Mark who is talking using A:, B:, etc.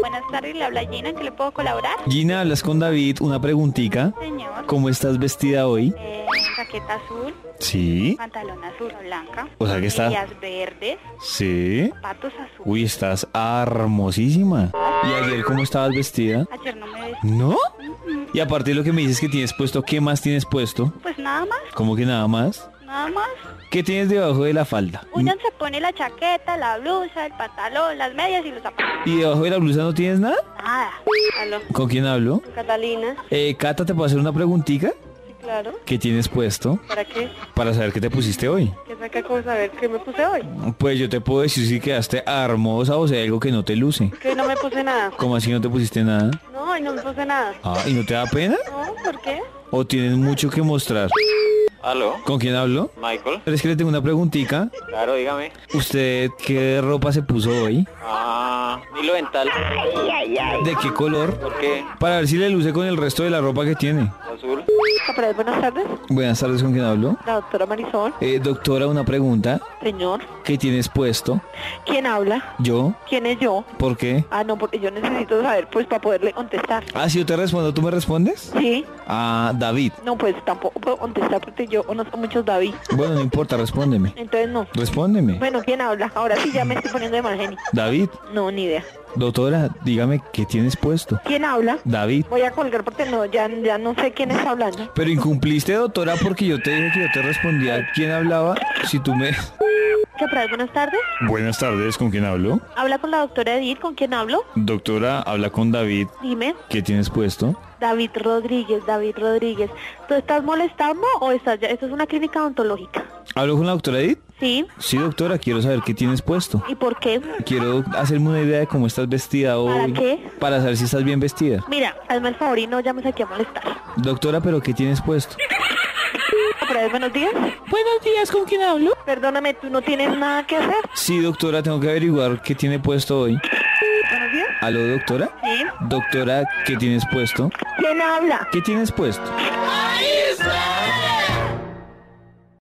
A: buenas tardes, le habla Gina, ¿en qué le puedo colaborar?
B: Gina, hablas con David, una preguntica.
A: Señor,
B: ¿Cómo estás vestida hoy?
A: eh, chaqueta azul,
B: Sí.
A: pantalón azul o blanca,
B: O sea que Pues, está-
A: medias verdes,
B: Sí.
A: zapatos azules.
B: Uy, estás hermosísima. ¿Y ayer cómo estabas vestida?
A: Ayer no me vestí,
B: ¿No? Y aparte de lo que me dices que tienes puesto, ¿qué más tienes puesto?
A: pues nada más,
B: ¿Cómo que nada más?
A: nada más.
B: ¿Qué tienes debajo de la falda?
A: Uno se pone la chaqueta, la blusa, el pantalón, las medias y los zapatos.
B: ¿Y debajo de la blusa no tienes nada?
A: Nada. Aló,
B: ¿Con quién hablo?
A: Catalina,
B: Eh, Cata, ¿te puedo hacer una preguntita?
A: sí, claro.
B: ¿Qué tienes puesto
A: ¿Para qué?
B: para saber qué te pusiste hoy?
A: ¿Qué saca con saber qué me puse hoy?
B: Pues yo te puedo decir si quedaste hermosa o sea, algo que no te luce.
A: Que no me puse nada.
B: ¿Cómo así no te pusiste nada?
A: No, hoy no me puse nada.
B: Ah, ¿y no te da pena?
A: No, ¿por qué?
B: ¿O tienes mucho que mostrar?
C: Aló,
B: ¿Con quién hablo?
C: Michael.
B: Es que le tengo una preguntita.
C: Claro, dígame.
B: ¿Usted qué ropa se puso hoy?
C: Ah, hilo dental.
B: ¿De qué color?
C: ¿Por qué?
B: Para ver si le luce con el resto de la ropa que tiene.
C: Azul.
D: Pero, buenas tardes,
B: Buenas tardes, ¿con quién hablo?
D: la doctora Marisol.
B: Eh, doctora, una pregunta.
D: Señor,
B: ¿Qué tienes puesto?
D: ¿quién habla?
B: ¿Yo?
D: ¿Quién es yo?
B: ¿Por qué?
D: Ah, no, porque yo necesito saber, pues, para poderle contestar.
B: Ah, si yo te respondo, ¿tú me respondes?
D: Sí,
B: Ah, David.
D: no, pues tampoco puedo contestar porque yo conozco muchos David.
B: Bueno, no importa, respóndeme.
D: Entonces, no.
B: Respóndeme.
D: Bueno, ¿quién habla? Ahora sí ya me estoy poniendo de mal genio.
B: David,
D: No, ni idea.
B: doctora, dígame qué tienes puesto.
D: ¿Quién habla?
B: David.
D: Voy a colgar porque no, ya, ya no sé quién está hablando.
B: Pero incumpliste, doctora, porque yo te dije que yo te respondía quién hablaba si tú me...
D: ¿Qué tal? Buenas tardes.
B: Buenas tardes, ¿con quién hablo?
D: Habla con la doctora Edith. ¿Con quién hablo?
B: Doctora, habla con David.
D: Dime.
B: ¿Qué tienes puesto?
D: David Rodríguez, David Rodríguez. ¿Tú estás molestando o estás ya? Esto es una clínica odontológica.
B: ¿Hablo con la doctora Edith?
D: Sí.
B: Sí, doctora, quiero saber qué tienes puesto.
D: ¿Y por qué?
B: Quiero hacerme una idea de cómo estás vestida hoy.
D: qué?
B: Para saber si estás bien vestida.
D: Mira, hazme el favor y no llames aquí a molestar.
B: Doctora, pero ¿qué tienes puesto?
D: ¿Otra vez buenos días?
B: Buenos días, ¿con quién hablo?
D: Perdóname, ¿tú no tienes nada que hacer?
B: Sí, doctora, tengo que averiguar qué tiene puesto hoy.
D: ¿Buenos días?
B: ¿Aló, doctora?
D: Sí.
B: Doctora, ¿qué tienes puesto?
D: ¿Quién habla?
B: ¿Qué tienes puesto?